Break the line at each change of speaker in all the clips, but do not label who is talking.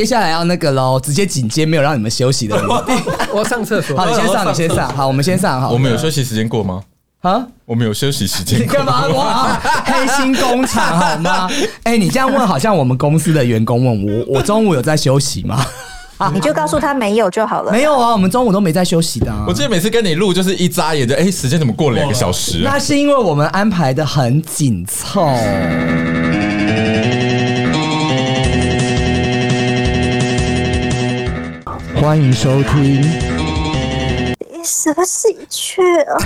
接下来要那个喽，直接紧接没有让你们休息的人。
我上厕所
好，你先上，你先上。好，我们先上。好，
我们有休息时间过吗？
啊，
我们有休息时
你
间过
干嘛？哇，黑心工厂好吗？哎、你这样问，好像我们公司的员工问我，我中午有在休息吗？
你就告诉他没有就好
啊
了。
没有啊，我们中午都没在休息的、啊
我。记得每次跟你录，就是一眨眼就，哎、时间怎么过了两个小时啊、
那是因为我们安排的很紧凑。欢迎收听，
哎什么喜鹊 啊？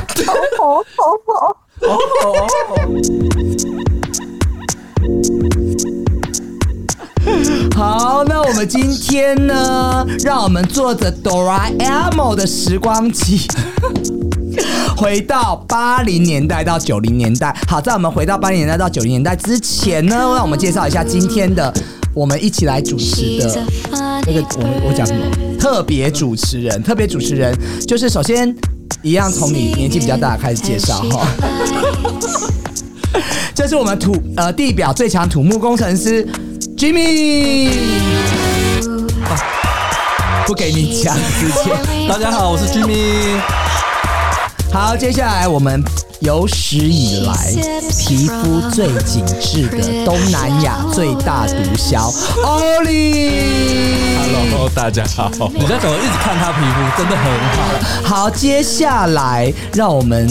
哦哦哦哦！
好，那我们今天呢，让我们坐着哆啦 A 梦的时光机。 回到八零年代到九零年代，好，在我们回到八零年代到九零年代之前呢，让我们介绍一下今天的我们一起来主持的那个我我讲什么？特别主持人，特别主持人就是首先一样从你年纪比较大开始介绍哈。 这是我们土呃地表最强土木工程师 Jimmy。啊不给你讲，直接。
大家好，我是 Jimmy。
好，接下来我们有史以来皮肤最紧致的东南亚最大毒枭 o l i
Hello，大家好。
你在怎么一直看他皮肤，真的很好。
好，接下来让我们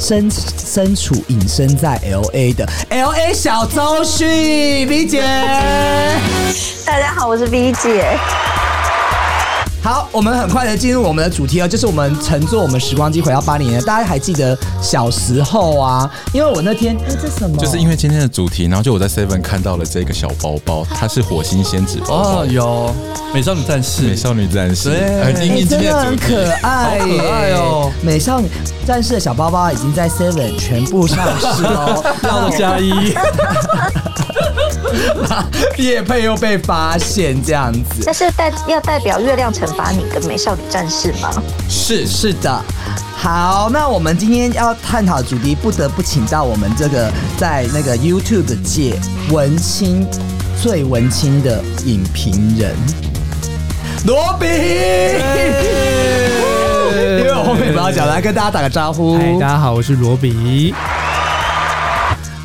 身身处隐身在 L A 的 L A 小周旭 V 姐。
大家好，我是 V 姐。
好，我们很快的进入我们的主题了，哦就是我们乘坐我们时光机回到八零年代。大家还记得小时候啊？因为我那天，哎这什么？
就是因为今天的主题，然后就我在 Seven 看到了这个小包包，它是火星仙子包包，
哦，有美少女战士
美，少女战士，
对
很因
哎
应今
真
天
的
的
很
主
可
题。
爱耶，
好可爱哦
美少女战士的小包包已经在 Seven 全部上市哦，
到加一，
叶配又被发现这样子。
这是代要代表月亮惩罚你跟美少女战士吗？
是是的，好，那我们今天要探讨的主题，不得不请到我们这个在那个 YouTube 的界文青最文青的影评人罗比。因为我后面不要讲，来跟大家打个招呼。
嗨，大家好，我是罗比。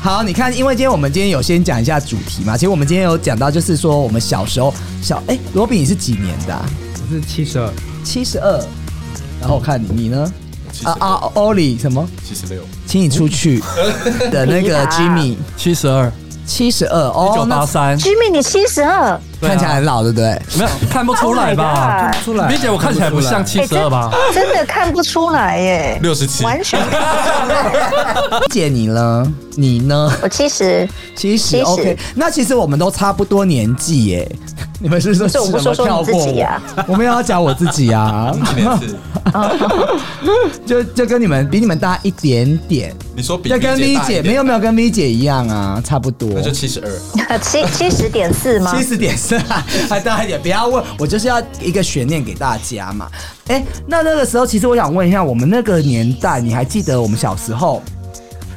好，你看，因为今天我们今天有先讲一下主题嘛，其实我们今天有讲到，就是说我们小时候小哎，罗、比你是几年的、啊？
我是七十二，
七十二。然后我看你，你呢？啊
啊，
啊，欧里什么？
七十六，
请你出 去的那个 Jimmy，
七十二，
七十二
一
哦
九，八
那
三，
Jimmy，你七十二，
对啊
看起来很老，对不对？
没有看不出来
Oh my
吧
god？
出来
米姐，我看起来不像七十二吧？
哎真的看不出来耶，
六十七，
完全看不出来。
姐你呢？你呢？
我七十，
其实
其实
OK，那其实我们都差不多年纪耶。 你们是说
这我不
什么
说说
跳
你自
过
己
我？
啊
我没有要讲我自己 啊，
嗯今年 是
就就跟你们比你们大一点点。
你说比
要跟 V
大一
姐
点
没有，没有跟 V 姐一样啊，差不多
那。就七十二。
七七十点四吗
七？十点是啊，还大一点，不要问，我就是要一个悬念给大家嘛。哎、那那个时候，其实我想问一下，我们那个年代，你还记得我们小时候？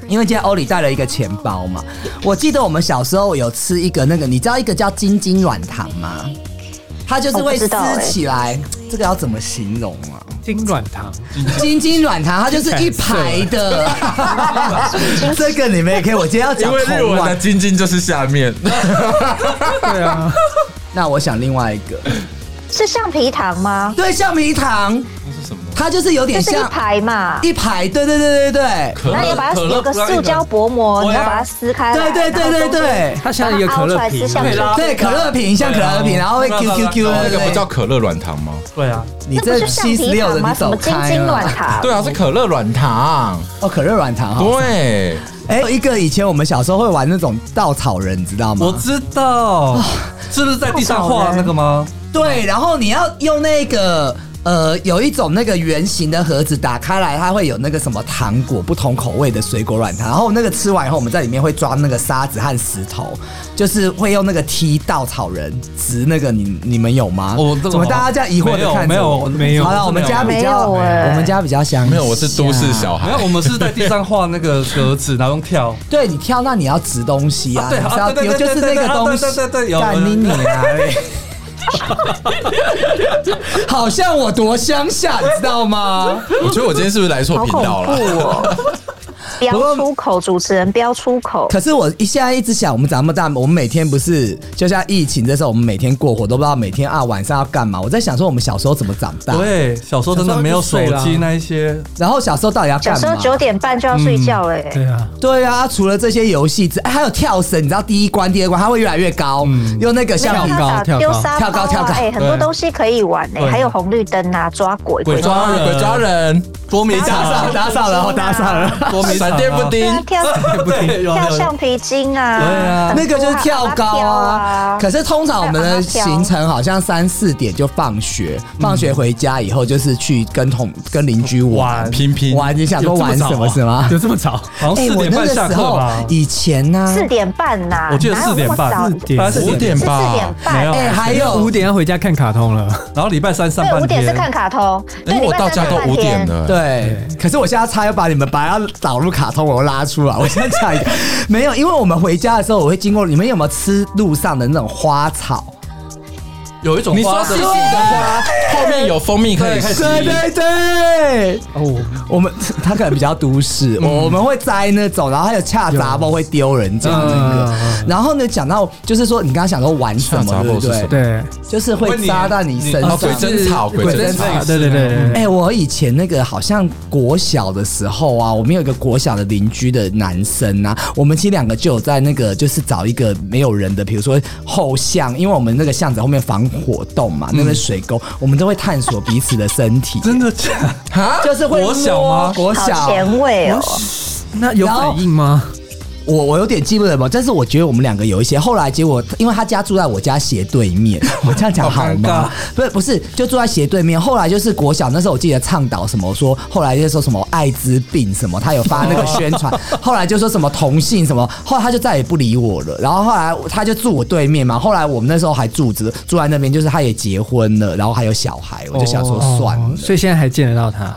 因为今天欧里带了一个钱包嘛，我记得我们小时候有吃一个那个，你知道一个叫金金软糖吗？它就是
我
会
不
撕
知道哎
起来，这个要怎么形容啊？
金软糖，
金金软糖，它就是一排的。 这个你们也可以，我今天要
因
讲
为日
童
文的
玩。
晶晶就是下 面，
对啊，
那我想另外一个，
是橡皮糖吗？
对，橡皮糖，
那是什么？
它就是有
就
点
是一
像
排嘛。
一排，对对对对对
可
然后
乐
要把它
可
有
乐
个
不让
塑胶薄膜，
对啊
你要把它撕开来。
对对对对
哎
对
它像一个可乐瓶
然后凹出来
对啦
对，
是橡皮
可乐瓶像可乐
啊
瓶，然后会 Q Q Q
哦那
的
个
对
不叫
对。
可乐软糖吗？
对啊，
你
那不
这
是橡
七十
皮
六
糖
的你
吗？什
走
么金
开
金软
了。
糖？
对啊，是可乐软糖。
哦，可乐软糖哈。
对，
哎，一个以前我们小时候会玩那种稻草人，你知道
我
吗？
知道，是不是在地上画那个吗？
对，然后你要用那个。呃，有一种那个圆形的盒子，打开来它会有那个什么糖果，不同口味的水果软糖。然后那个吃完以后，我们在里面会抓那个沙子和石头，就是会用那个踢稻草人，直那个你你们有吗？
我这个
怎么大家这样疑惑的看着
没有
我
没有
没有
好了，我们家比较，
没有欸
我们家比较啊乡下
没有，我是都市小
没
孩
有，。我们是在地上画那个格子，然后用跳。
对你跳，那你要直东西啊，
啊对
你
啊
是要
对
丢，
对对
就是那
对对
个
啊
东西，
对对对对有
干你你啊！好像我多乡下，你知道吗？
我觉得我今天是不是来错
好
频
恐
道
怖
了？
哦！
不
标
过
出口，主持人标出口。
可是我一现在一直想，我们长那么大，我们每天不是就像疫情这时候，我们每天过活都不知道每天啊晚上要干嘛。我在想说，我们小时候怎么长大？
对，小时候真的没有手机那一些，
然后小时候到底要干嘛？
小时候九点半就要睡觉
嗯
了、欸，
嗯对啊，
对啊，除了这些游戏之，哎，还有跳绳，你知道第一关、第二关它会越来越高，
嗯
用那个像
跳
他
高
打
跳高
丢沙
跳
包
高
啊，
跳高
哎、很多
对
东西可以玩哎、
对
还有红绿灯啊，抓鬼
鬼抓人
鬼抓人，
捉迷
打
藏、
扫打扫了，我打扫了。
捉迷藏
闪电布
对
丁
啊，，跳
对，有啊
跳
有有
橡皮筋啊，
对啊
很多
那个就是跳高
阿拉飘
啊
啊，，
可是通常我们
还有
的
阿飘
行程好像三四点就放学，放学回家以后就是去跟同跟邻居玩
玩拼拼
玩，你想说玩什么是吗？
有这么早？
好像
哎，
四
我
点
那
半
个
下
时
课
候
吧，
以前呢，
四点半呐、
我记得
哪有
啊四点
哎那么
半
早
四点
本来是
五
五点，
点
是四
吧
点？半，
没有
哎，还有
五点要回家看卡通了，
然后礼拜三上
对，
半
五点
天
是，看卡通，对，
因为哎
礼
我
拜
到
三
家
上
都
半
五点
天。
了。
对，可是我现在差要把你们把要导入卡通，我又拉出来。我现在讲一个，没有，因为我们回家的时候，我会经过你们有没有吃路上的那种花草？
有一种
你
花
说细
的
细的花，后面有蜂蜜可以
对
吸。
对对对，
哦，
我们他可能比较都市，
嗯
我们会摘那种，然后还有恰杂包会丢人这样的那个。然后呢，讲到就是说，你刚刚想说玩什
嗯恰
么，
杂
对
包
不
是什
对
么？
哦
对，
就是会扎到你身上
哦。鬼针草，
鬼
鬼针
针
草，
草，对对对对
哎、
对，
我以前那个好像国小的时候啊，我们有一个国小的邻居的男生啊，我们其实两个就有在那个就是找一个没有人的，比如说后巷，因为我们那个巷子后面防火洞嘛，那个水沟，我们都会探索彼此的身体，
真的假的？
啊，
就是会
国小吗
摸国
好
小，
前卫哦！
那有反应吗？
我我有点记不得了，但是我觉得我们两个有一些。后来结果，因为他家住在我家斜对 面，我这样讲好吗？不是不是，就住在斜对面。后来就是国小那时候，我记得倡导什么说，后来就说什么艾滋病什么，他有发那个宣 传，后来就说什么同性什么，后来他就再也不理我了。然后后来他就住我对面嘛，后来我们那时候还住着住在那边，就是他也结婚了，然后还有小孩，我就想说算了。
哦所以现在还见得到他，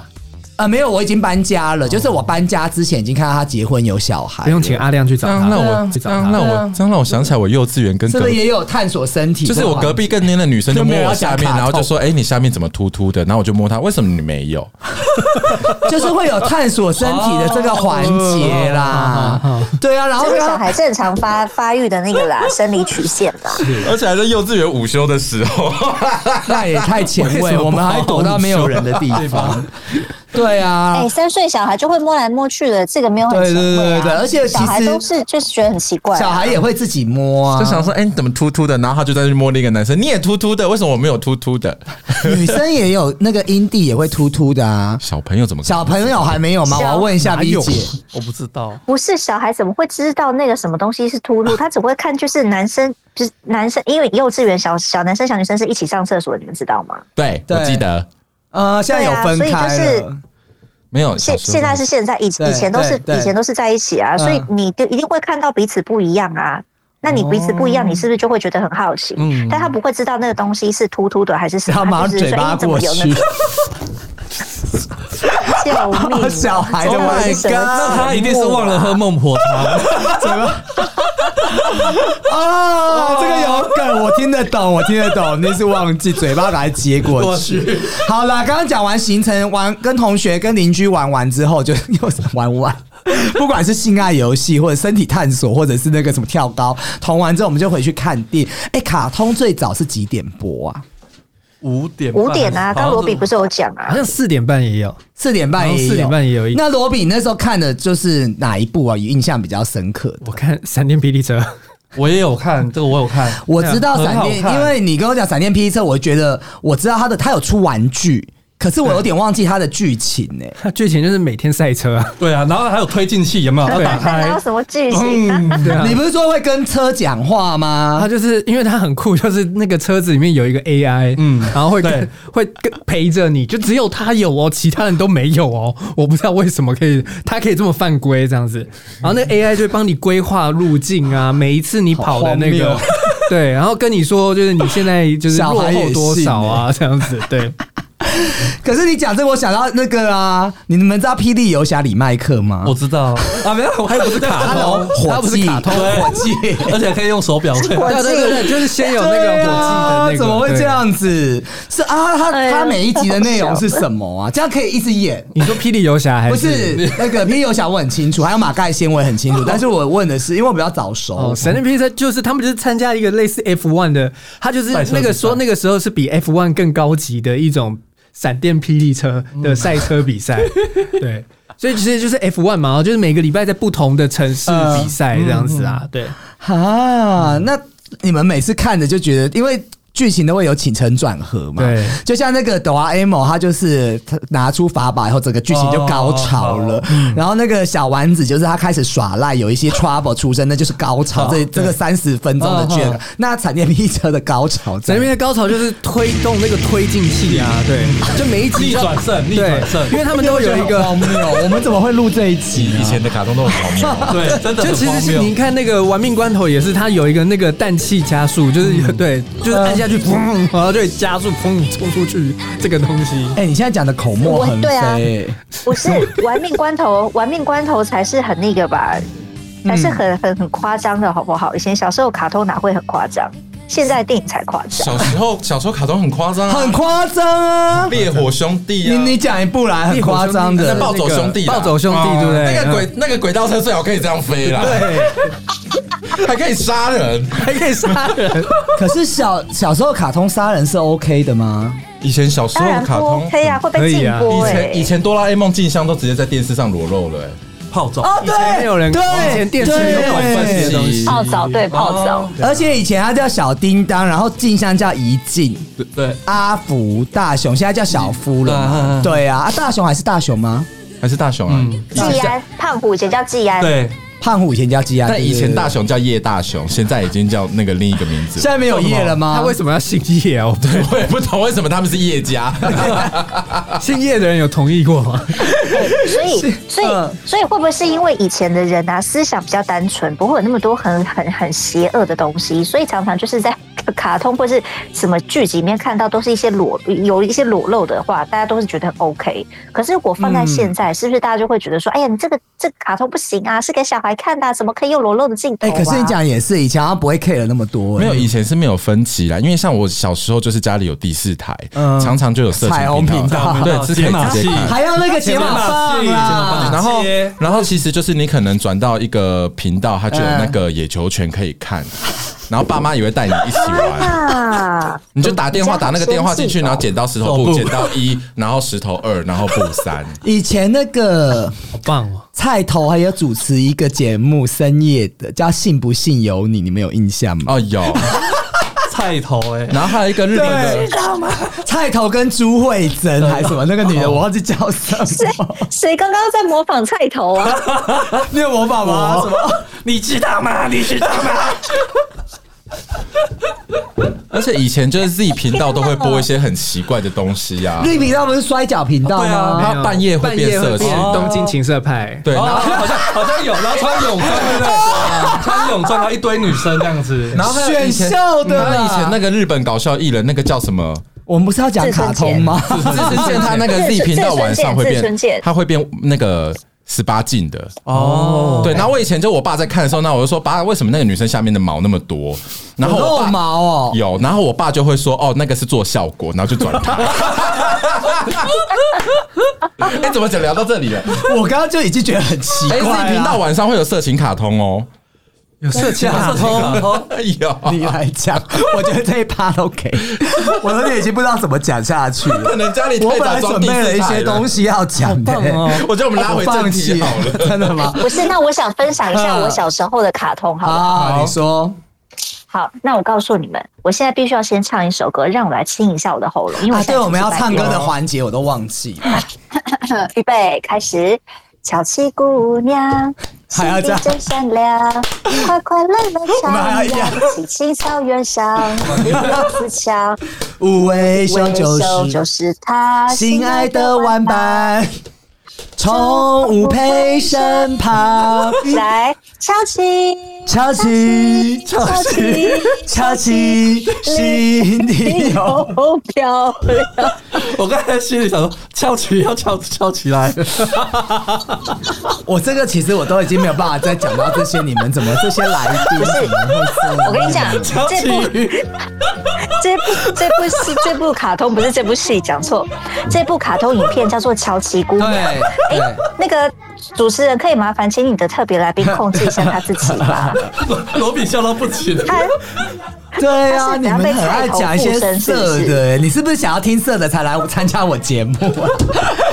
啊，没有，我已经搬家了，就是我搬家之前已经看到他结婚有小孩了，
哎
不用请阿亮去
这
找
样
他，
让我
去
这
找
样让
他。
我这样让我想起来，我幼稚园跟
是
隔
不是
壁
也有探索身体？
就是我隔壁更年的女生就摸我下
就没有
面，
要讲卡
然后就
通
说：“哎、你下面怎么凸凸的？”然后我就摸她，为什么你没有？
就是会有探索身体的这个环节啦。对啊，然后
这是小
刚
孩正常发发育的那个啦，生理曲线啦。
而且还在幼稚园午休的时候，
那也太前
为
卫，
什么
我们还躲到没有人的地方。对啊
哎、，三岁小孩就会摸来摸去的，这个没有很
对
前卫、啊、
对对对而且其
小孩
实
都是就是觉得很奇怪啊、
小孩也会自己摸啊
就。想说：“哎、你怎么凸凸的？”然后她就再去摸另一个男生，你也凸凸的，为什么我没有凸凸的？
女生也有那个阴蒂也会突突的啊。
小朋友怎么可能？
小朋友还没有吗？我
小
要问一下 B 姐，
我不知道，
不是小孩怎么会知道那个什么东西是秃 噜？他只会看就是男生，就是男生，因为幼稚园小小男生小女生是一起上厕所，你们知道吗？
对，
对
我记得
呃，现在有分开
对啊所以就
了，
没有。
现
小时候
现在是现在，以
对
以前都是
对对
以前都是在一起啊，
嗯
所以你就一定会看到彼此不一样啊。那你彼此不一
哦
样，你是不是就会觉得很好奇？但他不会知道那个东西是突突的还是什
然后嗯
么，
马
他
上
只是
嘴
说哎
巴
你怎么
过
有
去！
那。救命 啊
小孩的，Oh
真
my
是神经
God
那他一定是忘了喝孟婆汤，
哦，这个有梗，我听得懂，我听得懂，那是忘记嘴巴把它接过
过
去
去。
好啦，刚刚讲完行程，玩跟同学、跟邻居玩完之后，就又是玩完。 不管是性爱游戏，或者身体探索，或者是那个什么跳高，同完之后我们就回去看电影。哎、卡通最早是几点播啊？
五点半
五点啊，刚罗比不
是
是有讲啊
好，像四点半也有，
四点半也
好
有，
像4点半也哦有一
那罗比那时候看的就是哪一部啊？印象比较深刻的？
我看《闪电霹雳车》
我也有看这个，我有看，
我知道
哎
闪电，
很好看
因为你跟我讲闪电霹雳车，我觉得我知道它的，它有出玩具，可是我有点忘记它的剧情哎、
它剧情就是每天赛 车啊，
对啊，然后还有推进器有没有？
那
打
还有
开，
什么剧情
嗯
啊？
对啊
你。不是说会跟车讲话吗
它？啊就是因为它很酷，就是那个车子里面有一个 AI，
嗯，
嗯然后会跟
对
会跟陪着你，就只有它有哦，其他人都没有哦。我不知道为什么可以，它可以这么犯规这样子。然
嗯
后那个 AI 就会帮你规划路径啊，每一次你跑的那
好
个
荒，
对，然后跟你说就是你现在就是
小
落
孩也
后多
信欸
少啊，这样子，对。
可是你讲这个，我想到那个啊，你们知道《霹雳游侠》里麦克吗？
我知道啊，没有，我还不是卡通，
火计，
卡通
火计。
而且可以用手表对
火
对对对对，就是先有那个火
对
计的那
啊
个，
怎么会
对
这？样子？是啊，他
哎呀
他每一集的内容是什么啊？这样可以一直演。
你说霹雳游侠还
不是那个霹雳游侠，我很清楚，还有马盖先我也很 清楚，但是我问的是，因为我比较早熟
哦，，神力拼车就是他们就是参加一个类似 F1 的，他就是
赛车
那个
比赛
说那个时候是比 F1 更高级的一种闪电霹雳车的赛车比赛，对，所以其实就是 F1 嘛，就是每个礼拜在不同的城市比赛这样子啊，对，
啊，那你们每次看着就觉得，因为。剧情都会有起承转合嘛，
对
就像那个哆啦 A 梦，他就是他拿出法宝以后，整个剧情就高潮了。然后那个小丸子就是他开始耍赖，有一 些 trouble 出生，那就是高潮。这这个三十分钟的卷
哦，
那闪电霹雳车的高潮在
神
哪
力拼车高潮就是推动那个推进器啊，对，就每一集
逆
要
转胜，逆
对
转胜，，
因为他们都有一个
荒谬，我们怎么会录这一集呢？
以前的卡 通都很荒谬。
对，真的
就
很
其实
荒
是你
谬。
看那个玩命关头也是，它有一个那个氮气加速，就是、对，就是按下去砰，然后就会加速砰冲出去这个东西。
哎、你现在讲的口沫横飞、
我对啊不 是玩命关头，玩命关头才是很那个吧，
嗯
才是很很很夸张的好不好？以前小时候卡通哪会很夸张，现在电影才夸张。
小时候小时候卡通很夸张啊，
很夸张啊！
烈火兄弟
你
啊，
你讲一部来，很夸张
烈
的
火兄弟
暴走兄弟啦，
暴走兄弟
哦
对不对
那个轨那个轨道车最好可以这样飞啦，
对，
还可以杀人。
还可以杀人，
可是小小时候卡通杀人是 OK 的吗？
以前小时候
当
的
然
卡
不
通嗯
OK 啊，会
可
被
以
禁
啊
播
以
哎、
前以前哆啦 A 梦静香都直接在电视上裸露了、欸，
泡澡
哦，对，
前没有人
对，
以前电视没有
对
管
分
这些东西
泡澡
哦
对泡澡，
而且以前他叫小叮当，然后静香叫怡静，
对对，
阿福、大雄，现在叫小夫了
嗯嗯
嘛。
嗯
对啊，啊大雄还是大雄吗？
还是大雄啊？
季安胖虎以前叫季安，
对，
胖虎以前叫鸡啊，
但以前大
雄
雄叫啊叶大雄，现在已经叫那个另一个名字
现。在没有夜了吗？
他为什么要姓叶哦？对，
我也不懂为什么他们是叶家，
姓叶的人有同意过吗？
所以所以
嗯
所以会不会是因为以前的人啊思想比较单纯，不会有那么多很很很邪恶的东西，所以常常就是在卡通或是什么剧集里面看到都是一些裸有一些裸露的话，大家都是觉得很 OK。可是如果放在现在，是不是大家就会觉得说，哎呀，你这个这个卡通不行啊，是给小孩看的啊、怎么可以有裸露的镜头、
哎、
啊？
可是你 讲也是，以前他不会 care 那么多、
没
哎
有以前是没有分歧啦，因为像我小时候就是家里有第四台，
嗯
常常就有色情
彩虹频道
对，是可以直接看。
还要那个解码棒
解码
啊
器，
然后
接，
然后其实就是你可能转到一个频道，它就有那个野球拳可以看， 然后爸妈也会带你一起玩，
啊，
你就打电话打那个电话进去，
比较
然
好
后剪刀石头
手
布，
部
剪刀一，然后石头二，然后布 三。
以前那个
好棒哦！
菜头还有主持一个节目，深夜的叫《信不信由你》，你们有印象吗？
哦，有，
菜头哎，
然后还有一个日本的，哦
菜头跟朱慧珍还是什么那个女的，我忘记叫什 么，
谁刚刚在模仿菜 头啊？
你有模仿吗？什么？
你知道吗？你知道吗？
而且以前就是 Z 频道都会播一些很奇怪的东西呀、
绿频道不是摔跤频道
对啊
吗？
他半夜会变色情
半夜会变东京情色派。
对，然
然后
后
好像好像有，然后穿泳装对不对？ 穿泳装然后一堆女生这样子，
然后还有以前
选秀的啦
然后以前那个日本搞笑艺人那个叫什么？
我们不是要讲卡通吗？
之前他那个
自
Z 频道晚上会
自尊
变
健，
他会变那个。十八禁的
哦
对。然后我以前就我爸在看的时候，那我就说爸，为什么那个女生下面的毛那么多？然后我
露
爸
毛哦，
有，然后我爸就会说哦，那个是做效果，然后就转台。 哎、怎么讲聊到 这里了？
我刚刚就已经觉得很啊奇
哎、
怪
z 频道
了。
晚上会有色情卡通哦。
有色情
卡
卡通，
通，
哎呦，
你来讲，我觉得这一趴都给， 我有点已经不知道怎么讲下去了。
可能家里
我本
太早
来
装
准
第
备了
四台
一些东
西。
西要讲的、
好棒哦
我觉得我们拉回正题好了。
了，真的吗？
不是，那我想分享一下
嗯
我小时候的卡通，好不好？
啊，你说
好，那我告诉你们，我现在必须要先唱一首歌，让我来清一下我的喉咙，因为
啊，
现在
对，我们要
就是
唱歌
白
的环节我都忘记了，
天。预备，开始。小七姑娘，
还要这样
心地真善良，快快乐乐
我 们还
徜
要这
徉，青青草原上，你我自强，
五位兄就
微
是
就是他，
心爱的玩。 伴，宠物陪身旁。
来，小七。
超级超级超 级心里有。
有漂亮，
我刚才心里想说，翘起要翘翘起来，
我这个其实我都已经没有办法再讲到这些，你们怎么这些来宾？怎么会这样
我跟你讲，
翘
这
起
部这部这部戏这部卡通不是这部戏，讲错，这部卡通影片叫做《乔琪姑娘》。
对对，
那个主持人可以麻烦请你的特别来宾控制一下他自己吗？
罗罗比笑到不行。
他
对啊，
他是
你
怎样
们
被
很爱讲一些色
菜头附身是不
的，你是不是想要听色的才来参加我节目啊？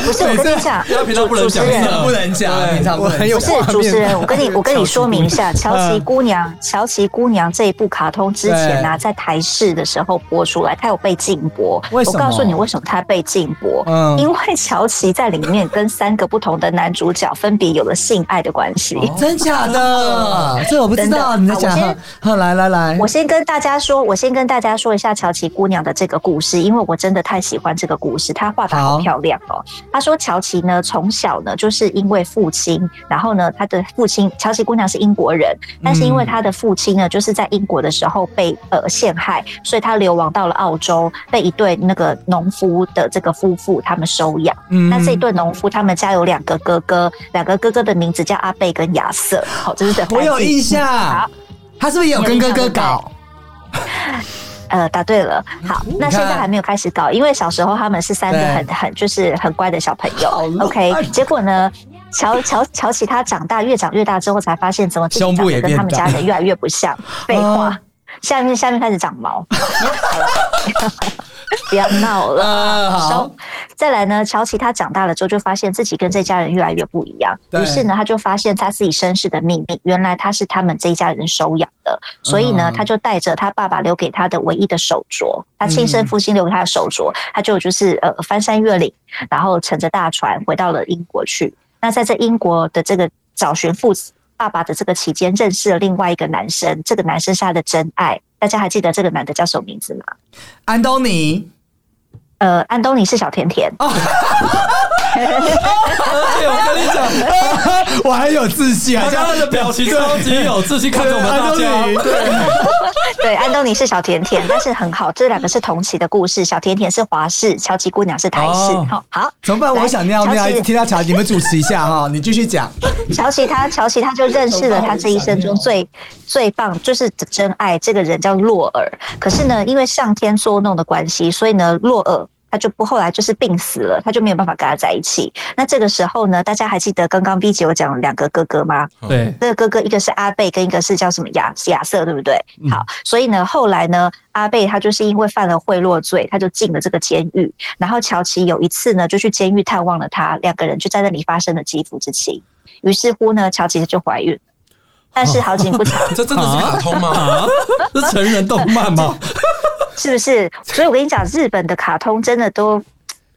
不是我跟你讲，
他平常不能讲
主持人
这个
不能讲，
对
平常不能讲
有
不是主持人，我跟你我跟你说明一下，《乔琪姑娘》《乔琪姑娘》这一部卡通之前呢、啊在台视的时候播出来，它有被禁播。
为什么
我告诉你为什么它被禁播，
嗯
因为乔琪在里面跟三个不同的男主角分别有了性爱的关系。
真假的？这我不知道，
哦真
你
的
在讲
好我先。
好，来来来
我，先跟大家说，我先跟大家说一下乔琪姑娘的这个故事，因为我真的太喜欢这个故事，她画的
好
好漂亮哦。她说乔琪呢，从小呢就是因为父亲，然后呢，她的父亲乔琪姑娘是英国人，但是因为她的父亲呢，就是在英国的时候被呃陷害，所以她流亡到了澳洲，被一对那个农夫的这个夫妇他们收养。
嗯
那这一对农夫他们家有两个哥哥，两个哥哥的名字叫阿贝跟亚瑟。好，这是这
我有
翻译
印象
好，
他是不是也有跟哥哥搞？
呃，答对了。好，
嗯
那现在还没有开始搞，因为小时候他们是三个很很就是很乖的小朋
好
友。
乱
OK，结果呢，乔乔乔起他长大越长越大之后，才发现怎么自己
胸部
长
也
得跟
变
他们
大啊
家人越来越不 像。废话，下面下面开始长毛。 好了不要闹了。
呃，好
收，再来呢，乔琪他长大了之后，就发现自己跟这家人越来越不一样。
对
于是呢，他就发现他自己身世的秘密，原来他是他们这一家人收养的。所以呢，他就带着他爸爸留给他的唯一的手镯，他亲生父亲留给他的手镯，他就就是呃翻山越岭，然后乘着大船回到了英国去。那在这英国的这个找寻父子爸爸的这个期间，认识了另外一个男生，这个男生是他的真爱。大家还记得这个男的叫什么名字吗？
安东尼，
呃，安东尼是小甜甜。
对，我跟你讲，
我很有自信啊
他刚刚的表情超级有自信，看着我们大家，
对，安东尼是小甜甜，但是很好，这两个是同期的故事。小甜甜是华视，乔琪姑娘是台视。
哦
好、好，
怎么办？
来
我想尿尿，
乔
一直
琪
听到 乔，你们主持一下哈，你继续讲。
乔琪他乔琪他就认识了他这一生中最最棒，就是真爱这个人叫洛尔。可是呢，因为上天捉弄的关系，所以呢，洛尔。他就不后来就是病死了，他就没有办法跟他在一起。那这个时候呢，大家还记得刚刚 V 姐有讲两个哥哥吗？
对，
那个哥哥一个是阿贝，跟一个是叫什么亚亚瑟，对不对？好，所以呢，后来呢，阿贝他就是因为犯了贿赂罪，他就进了这个监狱。然后乔琪有一次呢，就去监狱探望了他，两个人就在那里发生了肌肤之亲。于是乎呢，乔琪就怀孕了。但是好景不长，
这真的是卡通
啊
吗？是成人动漫吗？
是不是？所以我跟你讲，日本的卡通真的都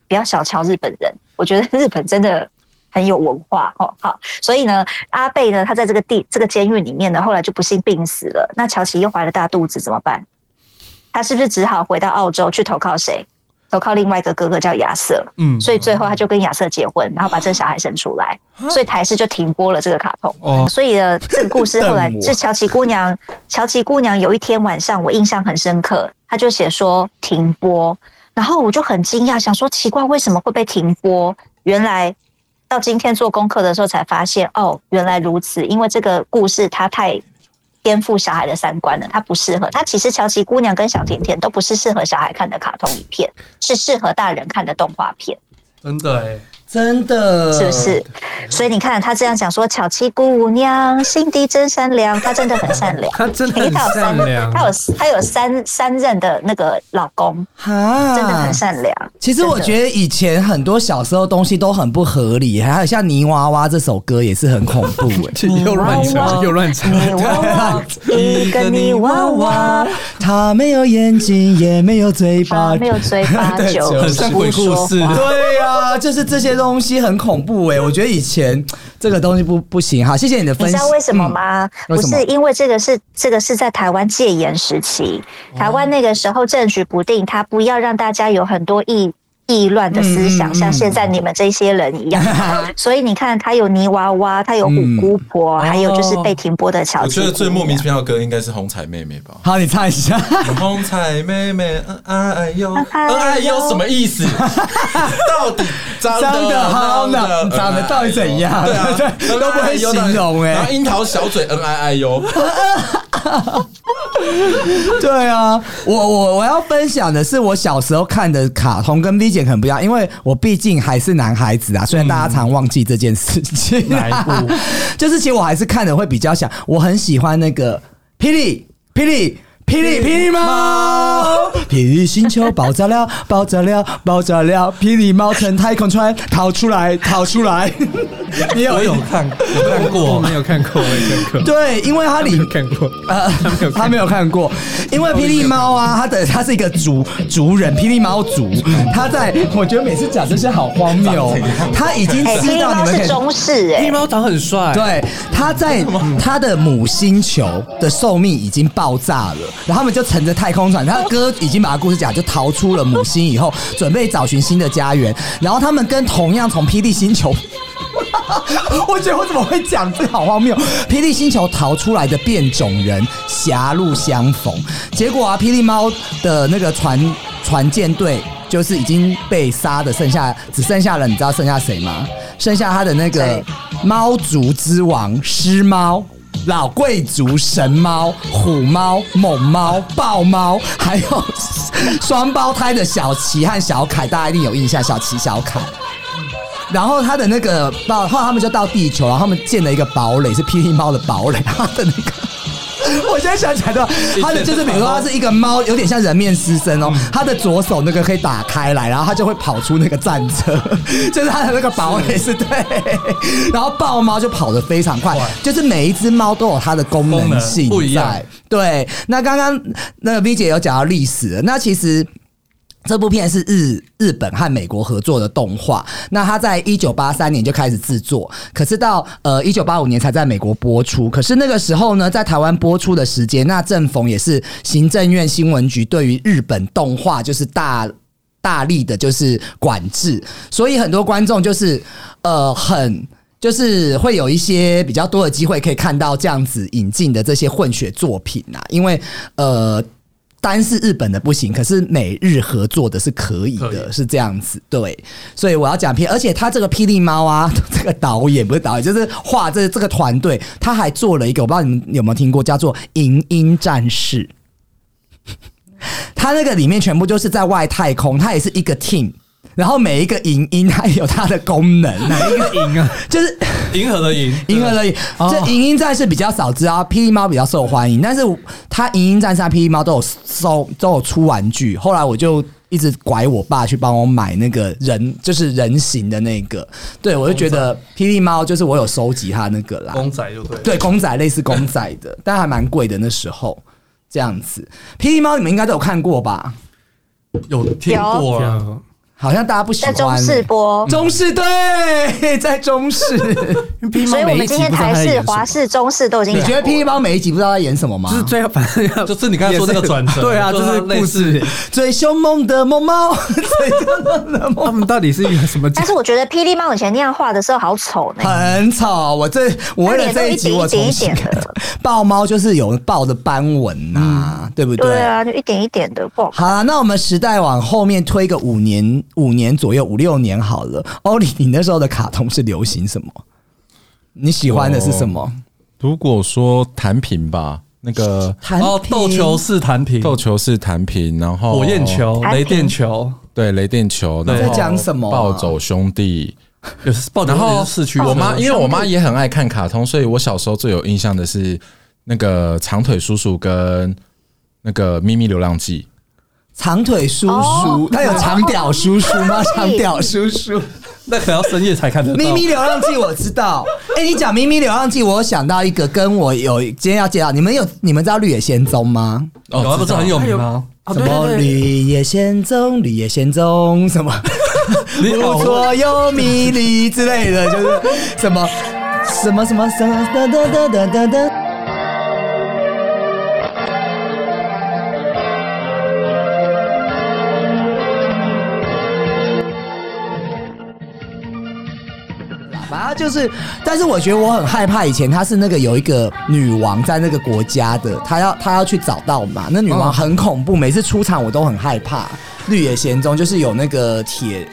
不要小瞧日本人，我觉得日本真的很有文化哦。好，所以呢，阿贝呢，他在这个地这个监狱里面呢，后来就不幸病死了。那乔琪又怀了大肚子，怎么办？他是不是只好回到澳洲去投靠谁？投靠另外一个哥哥叫亚瑟，
嗯，
所以最后他就跟亚瑟结婚，然后把这个小孩生出来，所以台视就停播了这个卡通。
嗯哦。
所以呢，这个故事后来是乔琪姑娘，乔琪姑娘有一天晚上我印象很深刻，她就写说停播，然后我就很惊讶，想说奇怪为什么会被停播？原来到今天做功课的时候才发现，哦，原来如此，因为这个故事它太。颠覆小孩的三观了，它不适合。它其实《乔琪姑娘》跟《小甜甜》都不是适合小孩看的卡通影片，是适合大人看的动画片。
真的哎，
真的
是不是？所以你看，他这样讲说，巧妻姑娘心地真善良，她真的很善良
他真的
诶
很
她有
善
三任，
良，
她有她有三三任的那个老公，
哈
真的
啊
很善良。
其实我觉得以前很多小时候东西都很不合理，还有像《泥娃娃》这首歌也是很恐 怖 哎、
这又乱扯又乱扯，
泥娃娃，一个泥娃娃，
他没有眼睛，也没有嘴巴
她。没有嘴巴，
啊对
就
很像鬼故事。
对呀、就是这些东西很恐怖哎、我觉得以前这个东西不不行。好，谢谢你的
你
分
知
析。
道为什么吗？
嗯为
不
什么。
是因为这个是这个是在台湾戒严时期，台湾那个时候政局不定，他不要让大家有很多意意乱的思想，像现在你们这些人一样。所以你看，他有泥娃娃，他有虎姑婆，还有就是被停播的小
哦我
鸡
觉
姑娘。
得最莫名其妙的歌应该是《红彩妹妹》吧
好，你唱一下。
红彩妹妹，恩爱哟，恩
爱哟
爱哟，什么意 思？到底长
长得
得
好呢长得到底怎样
对啊
对，都不会
恩爱哟
形容欸
然后樱桃小嘴，恩爱爱哟，
对啊，我我我要分享的是我小时候看的卡通，跟 V 姐可能不一样，因为我毕竟还是男孩子啊，虽然大家常忘记这件事情、啊
嗯哪一部
就是其实我还是看的会比较想，我很喜欢那个霹雳霹雳。霹雳霹雳猫，霹雳星球爆炸了， 爆炸了，爆炸了！霹雳猫从太空船逃出来，逃出 来！你有
我有看，我看
我
过，
没有看过，我也看过，
对，因为它里
有看过，
呃， 他没有看过，因为霹雳猫啊，它的它是一个族族人，霹雳猫族，它在我觉得每次讲这些好荒谬哦，它已经
哎，霹
知
雳
道你们
猫
可
是
以。
中式哎、
黑猫长很帅，
对，它在它的母星球的寿命已经爆炸了，然后他们就乘着太空船，他哥已经把他故事讲，就逃出了母星以后，准备找寻新的家园，然后他们跟同样从霹雳星球 我觉得我怎么会讲这好荒谬？霹雳星球逃出来的变种人狭路相逢，结果啊，霹雳猫的那个船船舰队就是已经被杀的，剩下只剩下了，你知道剩下谁吗？剩下他的那个
谁
猫族之王狮猫。老贵族神猫、虎猫、猛猫、豹猫，还有双胞胎的小琪和小凯，大家一定有印象。小琪、小凯，然后他的那个到后来他们就到地球，然后他们建了一个堡垒，是霹雳猫的堡垒，他的那个。 我现在想起来的，他的就是比如说，它是一个猫，有点像人面狮身哦。它的左手那个可以打开来，然后它就会跑出那个战车， 就是它的那个堡垒是对。然后豹猫就跑得非常快，就是每一只猫都有它的功
功
能
能
性
不一样
在。对，那刚刚那个 V 姐有讲到历史了，那其实。这部片是日日本和美国合作的动画，那它在一九八三年就开始制作，可是到呃一九八五年才在美国播出。可是那个时候呢，在台湾播出的时间，那正逢也是行政院新闻局对于日本动画就是大大力的就是管制，所以很多观众就是呃很。就是会有一些比较多的机会可以看到这样子引进的这些混血作品啊，因为呃，单是日本的不行，可是美日合作的是可以的，
可以
是这样子对。所以我要讲片，而且他这个霹雳猫啊，这个导演不是导演，就是画这这个团队，他还做了一个，我不知道你们有没有听过，叫做《银鹰战士》。它那个里面全部就是在外太空，它也是一个 team，然后每一个影音它也有它的功能，
哪一个赢啊？
就是
银河的银，
银河的影这银鹰战士比较少知道，霹雳猫比较受欢迎，但是它银鹰战士、和霹雳猫都有收都有出玩具，后来我就。一直拐我爸去帮我买那个人，就是人形的那个，对我就觉得霹雳猫就是我有收集它那个啦，
公仔就对了，
对，公仔类似公仔的，但还蛮贵的那时候。这样子，霹雳猫你们应该都有看过吧？
有听过啊，
好像大家不喜
在
欢、嗯
中视播。
中视对， 在中视。
因为霹雳
所以
猫
我
每一
们
集
今天
不知道他
台
在演
视、
什
华
么，
视、中视都已经
你觉得
讲
霹
过
雳猫每一集不知道在演什么吗？
就是最后反正要
就是你刚才说那个转折
也是对啊，
就
就是是故
类
事，
最凶猛的萌 猫，最凶猛的萌
他们到底是一个什么？
但是我觉得霹雳猫以前那样画的时候好丑呢、
很吵。我这我为了这一集我重新
那脸都一点一点
看
的。
豹猫就是有豹的斑纹呐、嗯对不
对啊，就一点一点的不好看。
好啦，那我们时代往后面推个五年、五年左右、五六年好了。欧里，你那时候的卡通是流行什么？你喜欢的是什么？
如果说弹屏吧，那个
弹
哦，
屏
斗球式弹屏，
斗球是弹屏，然后
火焰，球、
弹屏
雷电球，
对雷电球，
对
在
然后
讲什么啊、哦
暴走兄弟，
有时暴
然后
走市区，
我妈因为我妈也很爱看卡通，所以我小时候最有印象的是那个长腿叔叔跟那个咪咪流浪记。
长腿叔叔
哦，
他有长屌叔叔 吗？
对
长屌叔叔，
那可能要深夜才看得 到。
咪咪流浪记我知 道。哎、你讲咪咪流浪记，我有想到一个跟我有今天要介绍，你们有你们知道绿野仙踪吗？
有啊，不是很有名吗？
什
哦对
么
对对，
绿野仙踪，绿野仙踪 什么？
你
不
哦
左右迷离之类的，就是什么什么什么什么哒哒哒哒哒哒。他就是，但是我觉得我很害怕。以前他是那个有一个女王在那个国家的，他要他要去找到嘛。那女王很恐怖，每次出场我都很害怕。绿野仙踪就是有那个铁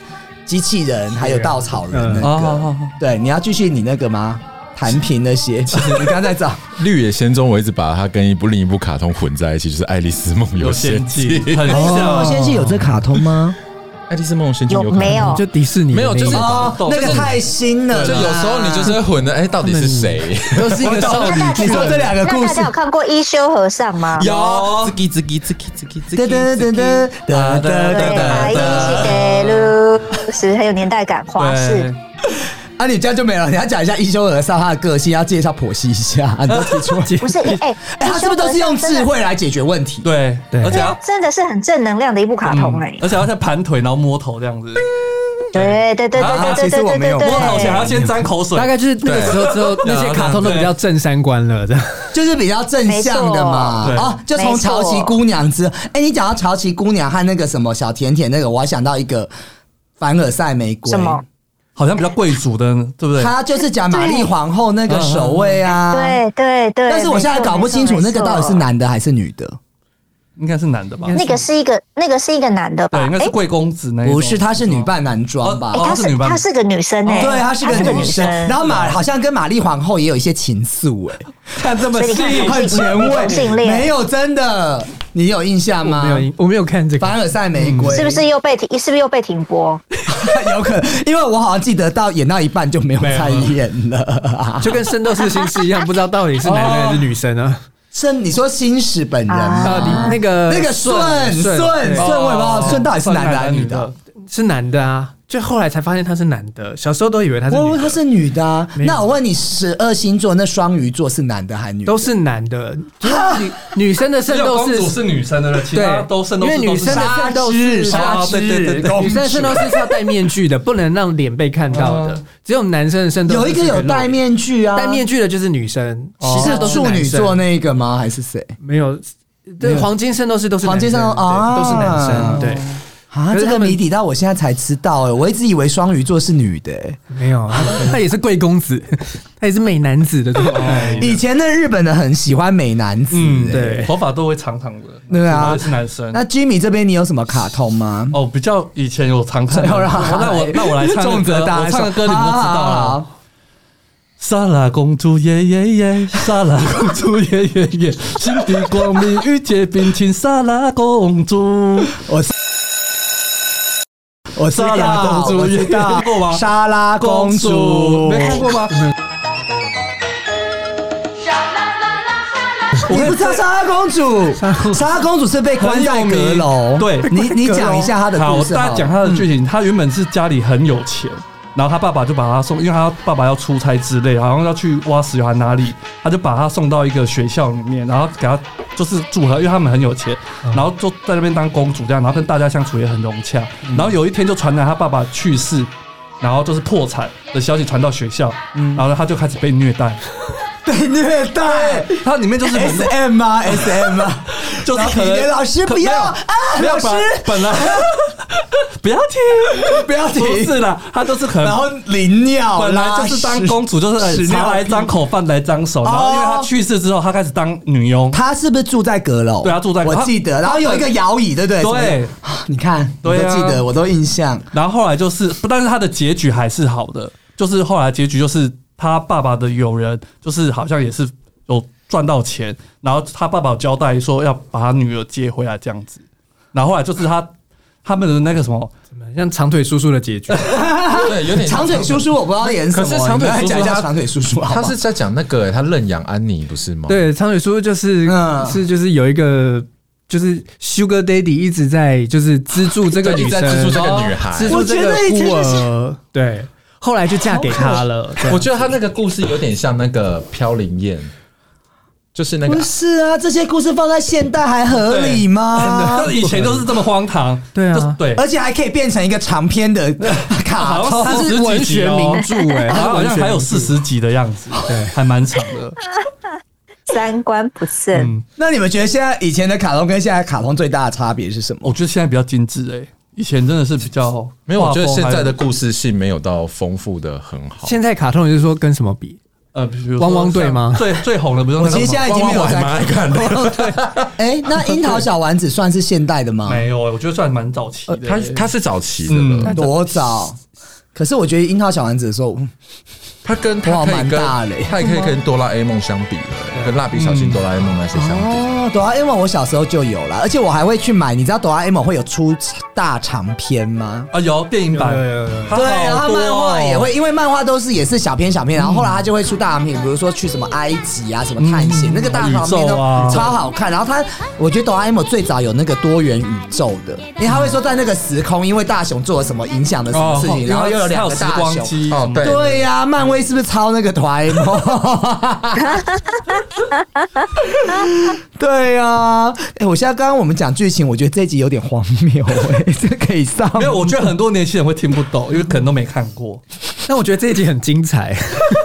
机器人，还有稻草人那
哦好好
个。
好
对，你要继续你那个吗？弹屏那些，你刚才在找。
绿野仙踪，我一直把它跟一部另一部卡通混在一起，就是《爱丽丝梦游仙
有
境》
仙境很
哎
像
《仙境》有这卡通吗？
爱丽丝梦游仙境
有
有卡通
没
哦
有
就迪士尼的
没有就是
那个
哦，那个太新了啦。
就有时候你就是会混的，哎、到底是谁？
都是一个少女
你说这两个
那
故
大
事
家有。看过《一休和尚》吗？
有，吱叽吱叽吱叽吱叽吱
噔噔噔噔噔噔
对，
噔
把一
噔
起
噔。
给路，是不是很有年代感？花式
对，
啊，你这样就没了。你要讲一下一休和尚他的个性，要介绍剖析一下。啊、你都提出来，
不是哎，
哎、他是不是都是用智慧来解决问题？
对
对
而且要
真的是很正能量的一部卡通哎
嗯，而且要先盘腿，然后摸头这样子，
对对对对对对对对对，
摸头前还要先沾口水，
大概就是那个时啊候之后，
对
那些卡通都比较正三观了，这样。
就是比较正向的嘛。
没错
哦，就从潮汐姑娘之后，哎、你讲到潮汐姑娘和那个什么小甜甜那个，我还想到一个凡尔赛玫瑰
什。么？
好像比较贵族的，对不对？
他就是讲玛丽皇后那个守卫啊。。
对对对。
但是我现在搞不清楚
没错
那个到底是。
没错
男的还是女的。
应该是男的吧？
那个是一哎个，那个是一个男的
对，
吧？
应该是贵公子那一种
不是，她是女扮男装吧
哎，？
哦
她
是
是
女伴
她是个女生哎，
对，她是个
她
女生。然后玛好像跟玛丽皇后也有一些情愫哎、
看这么
所以你
细
看，
很前卫，
同性恋
没有真的，你有印象吗
没？有，我没有看这个
凡。尔赛玫瑰
是不是又被停？是不是又被停播？
有可能？因为我好像记得到演到一半就没有再演 了。
就跟《圣斗士星矢》一样，不知道到底是男生还是女生啊？
是你说新史本人
到底
吗？
哦那个
那个顺顺顺，
对
我也不知道顺到底是男的还是
哦男
女的。？
是男的啊，就后来才发现他是男的，小时候都以为哦他是
我
女
她
的，
是女的啊，
没有
那我问你，十二星座那双鱼座是男的还是女的？
都是男的。就是女女生的圣
只有
斗
公主
士
是女生，对不对？其他
对，
都圣斗
因
士
为女
都是
生的
男
圣斗士，
哦对对对对
女生的圣斗士是要戴面具的，不能让脸被看到的。只哦有男生的圣斗士
有一个
是可以
有
露
戴
脸
面具啊，
戴面具的就是女生，哦其他都
是
是
处女
男生
座那一个吗？还是谁？
没有。哦对，黄金圣斗士都是
黄金
男生
圣斗啊
对都是男生，对，
啊，
可
这
是
个
他们
谜底到我现在才知道哎、我一直以为双鱼座是女的、欸。
没有，啊 他也是贵公 子，他也是美男子的状态。
以前的日本人很喜欢美男子、
嗯，
欸
对，头发都会长长的，
对啊
除非是男生。
那 Jimmy 这边你有什么卡通吗？
哦，比较以前有常看的，
有啦
好 那我那我来唱
哎重责
个歌，
大啊
我唱个歌你们都知道了。
了。
莎拉公主耶耶耶，莎拉公主耶耶 耶，心地光明遇见冰清，莎拉公主。
我知
莎拉
道，
公主
我知
你
道
看过吗
莎拉公主，
没看过吗？
你不知道莎拉公 主？莎拉公主是被关在阁
很有
楼。
名对
你你讲一下她的
好，
故
我
事
大
好了。
家
嗯
讲他的剧情。他原本是家里很有钱，然后他爸爸就把他送，因为他爸爸要出差之类，好像要去挖石油还哪里，他就把他送到一个学校里面，然后给他就是住和，因为他们很有钱，
嗯
然后就在那边当公主这样，然后跟大家相处也很融洽。然后
嗯
有一天就传来他爸爸去世。然后就是破产的消息传到学校，
嗯
然后他就开始被虐待。
被虐待
他里面就是很
，S M 吗？S M 吗？
就是可能
老师不要啊，
没有
老
没有
师
本本来不要听，
不要停
不。是啦，他就是可能
然后淋尿，
本来就是当公主，就
屎
是
尿哦
茶来张口，饭来张手。然后因为她去世之后，她开始当女佣。
他是不是住在阁楼？
对他住在
我记得。
他
然后有一个摇椅，对不对？
对，
你看，我
对
都
啊
记得，我都印象。
然后后来就是，不但是她的结局还是好的，就是后来结局就是她爸爸的友人，就是好像也是有赚到钱，然后她爸爸有交代说要把她女儿接回来这样子。然后后来就是她他们的那个什么，
像长腿叔叔的结局，
对，有点
长腿叔叔，我不知道演什么。
可是长腿
你
叔叔
讲一下
他
长腿叔叔好
他
吗
是在讲那个、他认养安妮不是吗？，
对，长腿叔叔就是
嗯
是就是有一个。就是 Sugar Daddy 一直在就是资助这个
就一
女
直
生，哦
在资助这个女孩
资助这个孤儿，对，后来就嫁给他了。
我觉得他那个故事有点像那个飘零燕，就是那个
不是啊？这些故事放在现代还合理吗
就？是以前都是这么荒唐，
对啊
就是对，
而且还可以变成一个长篇的卡
好
通
像。
他是文学名著哎，
然哦后好像还有四十集的样 子，对，还蛮长的。
三观不正。
嗯，
那你们觉得现在以前的卡通跟现在的卡通最大的差别是什么？
我觉得现在比较精致哎、以前真的是比较
没有，我觉得
画风
现
还
在
有
的故事性没有到丰富的很好。
现在卡通就是说跟什么比？
呃，比如说
汪汪队
像
吗
最最红的不是那
我
个
其实现在已
汪
经没
汪我
有
还
在
蛮 爱看的，
哎、那樱桃小丸子算是现代的吗？
没有，欸我觉得算蛮早期的。欸
它
呃
它是早期的
嗯
了，
多早？可是我觉得樱桃小丸子的时候，
它跟
哇
它可以
蛮
跟
大嘞嗯
它也可以跟哆啦 A 梦相比了，跟蜡笔小新、哆啦 A 梦那些相比。
哦，哆啦 A 梦我小时候就有了，而且我还会去买。你知道哆啦 A 梦会有出大长篇吗？
啊有电影版，它
对，
好
然后
多
漫
哦
画也会，因为漫画都是也是小篇小篇，然后后来他就会出大长篇，比如说去什么埃及啊，什么探险，那个大长篇
宇
都
宙啊
超好看。然后他，我觉得哆啦 A 梦最早有那个多元宇宙的，因为他会说在那个时空，因为大雄做了什么影响了什
哦
么事情，然后又有两个
还时
大
光
雄。
机
哦，对，
对呀、漫威是不是抄那个哆啦 A 梦？对呀、哎、我现在刚刚我们讲剧情，我觉得这一集有点荒谬、哎， 这可以上吗？
没有，我觉得很多年轻人会听不懂，因为可能都没看过。
但我觉得这一集很精彩，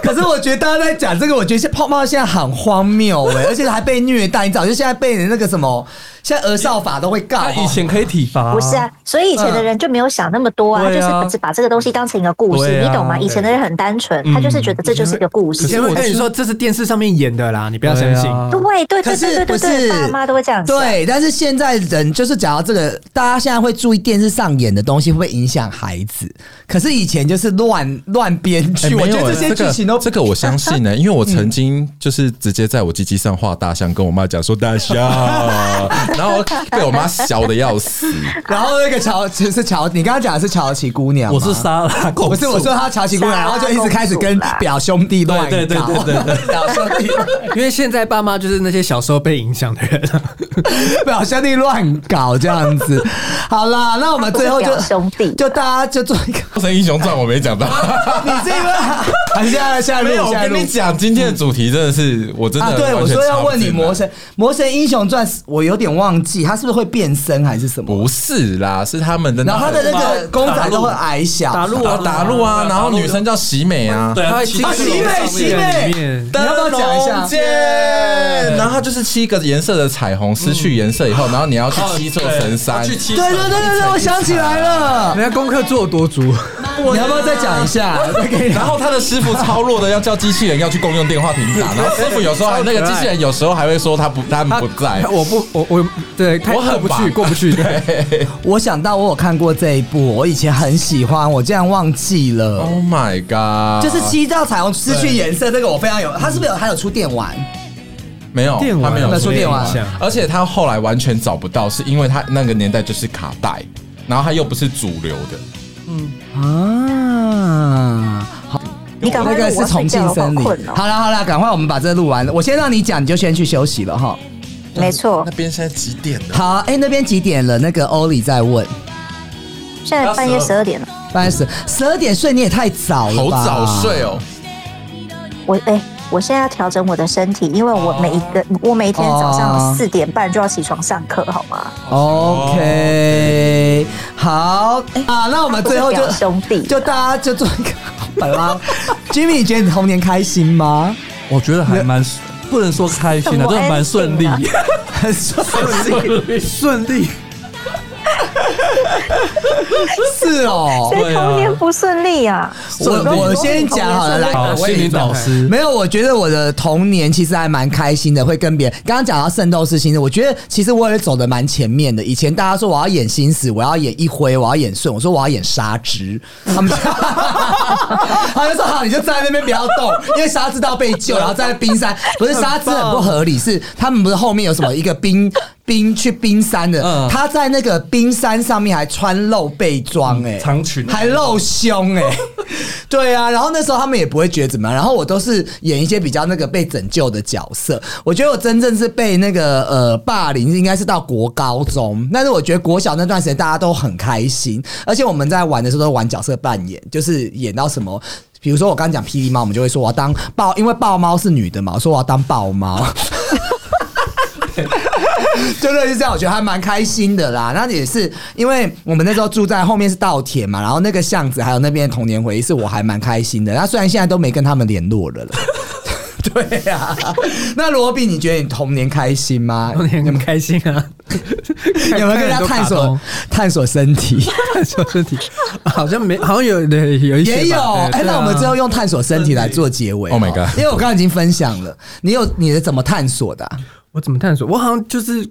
可是我觉得大家在讲这个，我觉得现在泡泡现在很荒谬哎、而且还被虐待。你早就现在被人那个什么，现在儿少法都会告
他
哦。
以前可以体罚，
不是啊，所以以前的人就没有想那么多啊，
嗯对啊
就是只把这个东西当成一个故事，
对啊
你懂吗？以前的人很单纯，
啊
他就是觉得这就是一个故事。
以前我啊跟你说这是电视上面演的啦，你不要相信。
对啊
对对
可
对
嗯是
对
不
对对
是
对，爸妈都会这样想。
对，但是现在人就是讲到这个，大家现在会注意电视上演的东西会不会影响孩子？可是以前就是乱乱编
哎
剧，我
没
觉
有
得这
哎
些
个
剧情都
这个我相信 呢、因为我曾经就是直接在我鸡鸡上画大象，跟我妈讲说大 象，然后被我妈笑的要 死。
然后那个乔就是乔，你刚刚讲的是乔琪姑娘吗，
我是莎拉公主，
不是我说她乔琪姑娘，然后就一直开始跟表兄弟乱搞，
对对对对对对
表兄弟
因为现在爸妈就是那些小时候被影响的人、
表兄弟乱搞这样子。好啦，那我们最后就
他不是表兄弟
就大家就做一个，
《神英雄传》我没讲到，
你是因为还是下来下
没
面
有。我跟你讲，今天的主题真的是我真的
啊，对，
完
我
全
说要
插不
问你《
进来
魔神魔神英雄传》，我有点忘记，他是不是会变身还是什么？
不是啦，是他们的
然后他
那
的
个
那个公仔都会矮小，
入
啊打鹿啊，然后女生叫喜美啊，
对
他
啊，
会
其实
啊，
亲
西妹西妹，你要不要讲一下？
剑，然后它就是七个颜色的彩虹，失去颜色以后，然后你要去哦七座神山
啊，去七
对
座
对对对对，我想起来了，
人家功课做得 多足，
你要不要再讲一下？再给你
然后他的师傅超弱的，要叫机器人要去公用电话亭打，然后师傅有时候还那个机器人有时候还会说他不他们不在，
啊我不，我我对，太
我很
过不去，
忙
过 不去。对，
我想到我有看过这一部，我以前很喜欢，我竟然忘记
哦
了。
Oh my
啊
god！
就是七道彩虹失去颜色，这个我非常有。他是不是有还有出电玩？
没有，
电
他
玩
没
那
有
说电玩啊
影响
而且他后来完全找不到，是因为他那个年代就是卡带，然后他又不是主流的。
啊，好，
你赶快
那个
录我
是
要
重
睡觉
庆
了
森林。
好困哦
好了好了，赶快我们把这录完。我先让你讲，你就先去休息了哈。
没错
那，边现在几点了？
好，哎、那边几点了？那个欧里在问。
现在半夜十二点了，
不好意思，十二点睡你也太早了
好
吧？
早睡哦，
我哎、我现在要调整我的身体，因为我每一个我每一天早
哦
上四点半就要起床上课，好吗？
OK，好啊，那我们最后就
我是表兄弟啊
就大家就做一个本 啦。Jimmy，你觉得你童年开心吗？
我觉得还蛮不能说开心的，
什么
真的蛮顺利，
ending
很顺利，
顺利，
是哦。
所以
对啊
童年不顺利啊！
我哦我先讲好了，来，
好，
我也
心灵导师
没有，我觉得我的童年其实还蛮开心的，会跟别人。刚刚讲到《圣斗士星矢》，我觉得其实我也走的蛮前面的。以前大家说我要演星矢，我要演一辉，我要演顺，我说我要演沙织，他们就他就说好，你就站在那边不要动，因为沙织到被救，然后站在冰山，不是沙织很不合理，是他们不是后面有什么一个冰。冰去冰山的，
嗯
他在那个冰山上面还穿露背装、欸，哎、
长裙
还露胸哎、对啊，然后那时候他们也不会觉得怎么样，然后我都是演一些比较那个被拯救的角色。我觉得我真正是被那个呃霸凌，应该是到国高中，但是我觉得国小那段时间大家都很开心，而且我们在玩的时候都玩角色扮演，就是演到什么。比如说我刚刚讲霹雳猫，我们就会说我要当豹，因为豹猫是女的嘛，我说我要当豹猫。对对，是这样，我觉得还蛮开心的啦。那也是因为我们那时候住在后面是稻田嘛，然后那个巷子还有那边的童年回忆，是我还蛮开心的。那虽然现在都没跟他们联络了啦。 对呀、那罗比，你觉得你童年开心吗？
童年很开心啊，
有没有跟他探索探索身体？
探索身体？好像没，好像有对有一些吧
也有
对
哎、
对
那
啊
我们之后用探索身体来做结尾。
Oh my god
因为我刚刚已经分享了，你有你的怎么探索的啊、
我怎么探索？我好像就是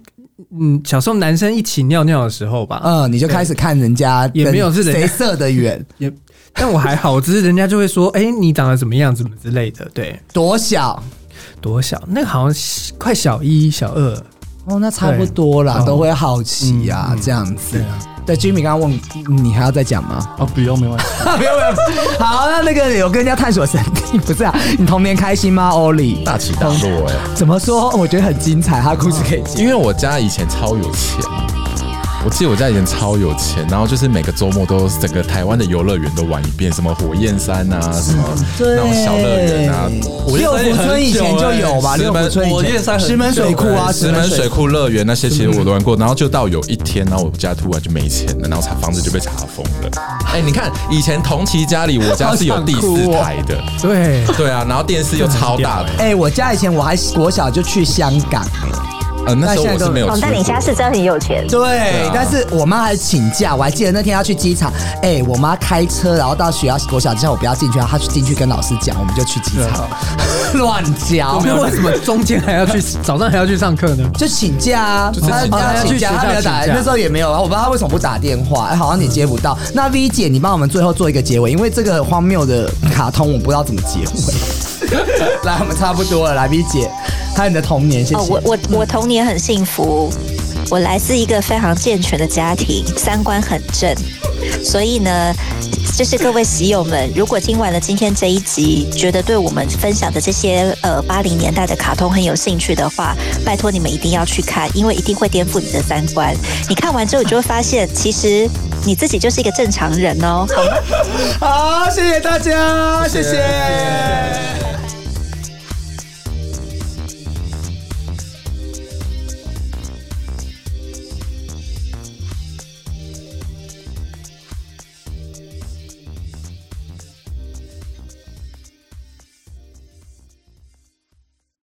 嗯，小时候男生一起尿尿的时候吧，
嗯，你就开始看人家
也没有是人
谁
家
射的远，
也但我还好，只是人家就会说，哎、你长得怎么样，怎么之类的，对，
多小
多小？那个好像是快小一、小二，
哦，那差不多啦，
对
都会好奇啊，这样子。对，Jimmy 刚刚问嗯你还要再讲吗？
啊，不用，没关系。
没有没有。好，那那个有跟人家探索身体，不是啊？你童年开心吗，Oli？
大起大落哎、
怎么说？我觉得很精彩，他的故事可以接。
因为我家以前超有钱，我记得我家以前超有钱，然后就是每个周末都整个台湾的游乐园都玩一遍，什么火焰山啊，什么那种小乐园啊，
我
六福村以前就有吧？
哎石
六
门
福村以
我
前
燕山很
石门水库啊，
哎石门水
库。
库乐园那些其实我都玩过，然后就到有一天，然后我家突然就没钱了，然后查房子就被查封了。哎，你看以前同期家里，我家是有第四台的，
对，
对啊，然后电视又超大的，
哎、我家以前我还国小就去香港，
呃，那时候我是没有
啊
哦，
去
但你家
过。
是真的很有钱，
对，
啊
但是我妈还请假，我还记得那天要去机场，哎、我妈开车，然后到学校国小之后我不要进去，然后她去进去跟老师讲，我们就去机场， 乱教。
那 为什 么中间还要去，早上还要去上课呢？
就请假啊，
就是
他
请假
他请假，
哦
他没有打
他去学校
来，
请假
那时候也没有啊，我不知道他为什么不打电话，哎好像你接不到。那 V 姐，你帮我们最后做一个结尾，因为这个荒谬的卡通我不知道怎么结尾。 来，我们差不多了，来 V 姐，还有你的童年，谢谢。
哦，我我我童年很幸福，我来自一个非常健全的家庭，三观很正，所以呢，就是各位喜友们，如果听完了今天这一集，觉得对我们分享的这些呃八零年代的卡通很有兴趣的话，拜托你们一定要去看，因为一定会颠覆你的三观。你看完之后，你就会发现，其实你自己就是一个正常人哦。好吗
好，谢谢大家，谢谢。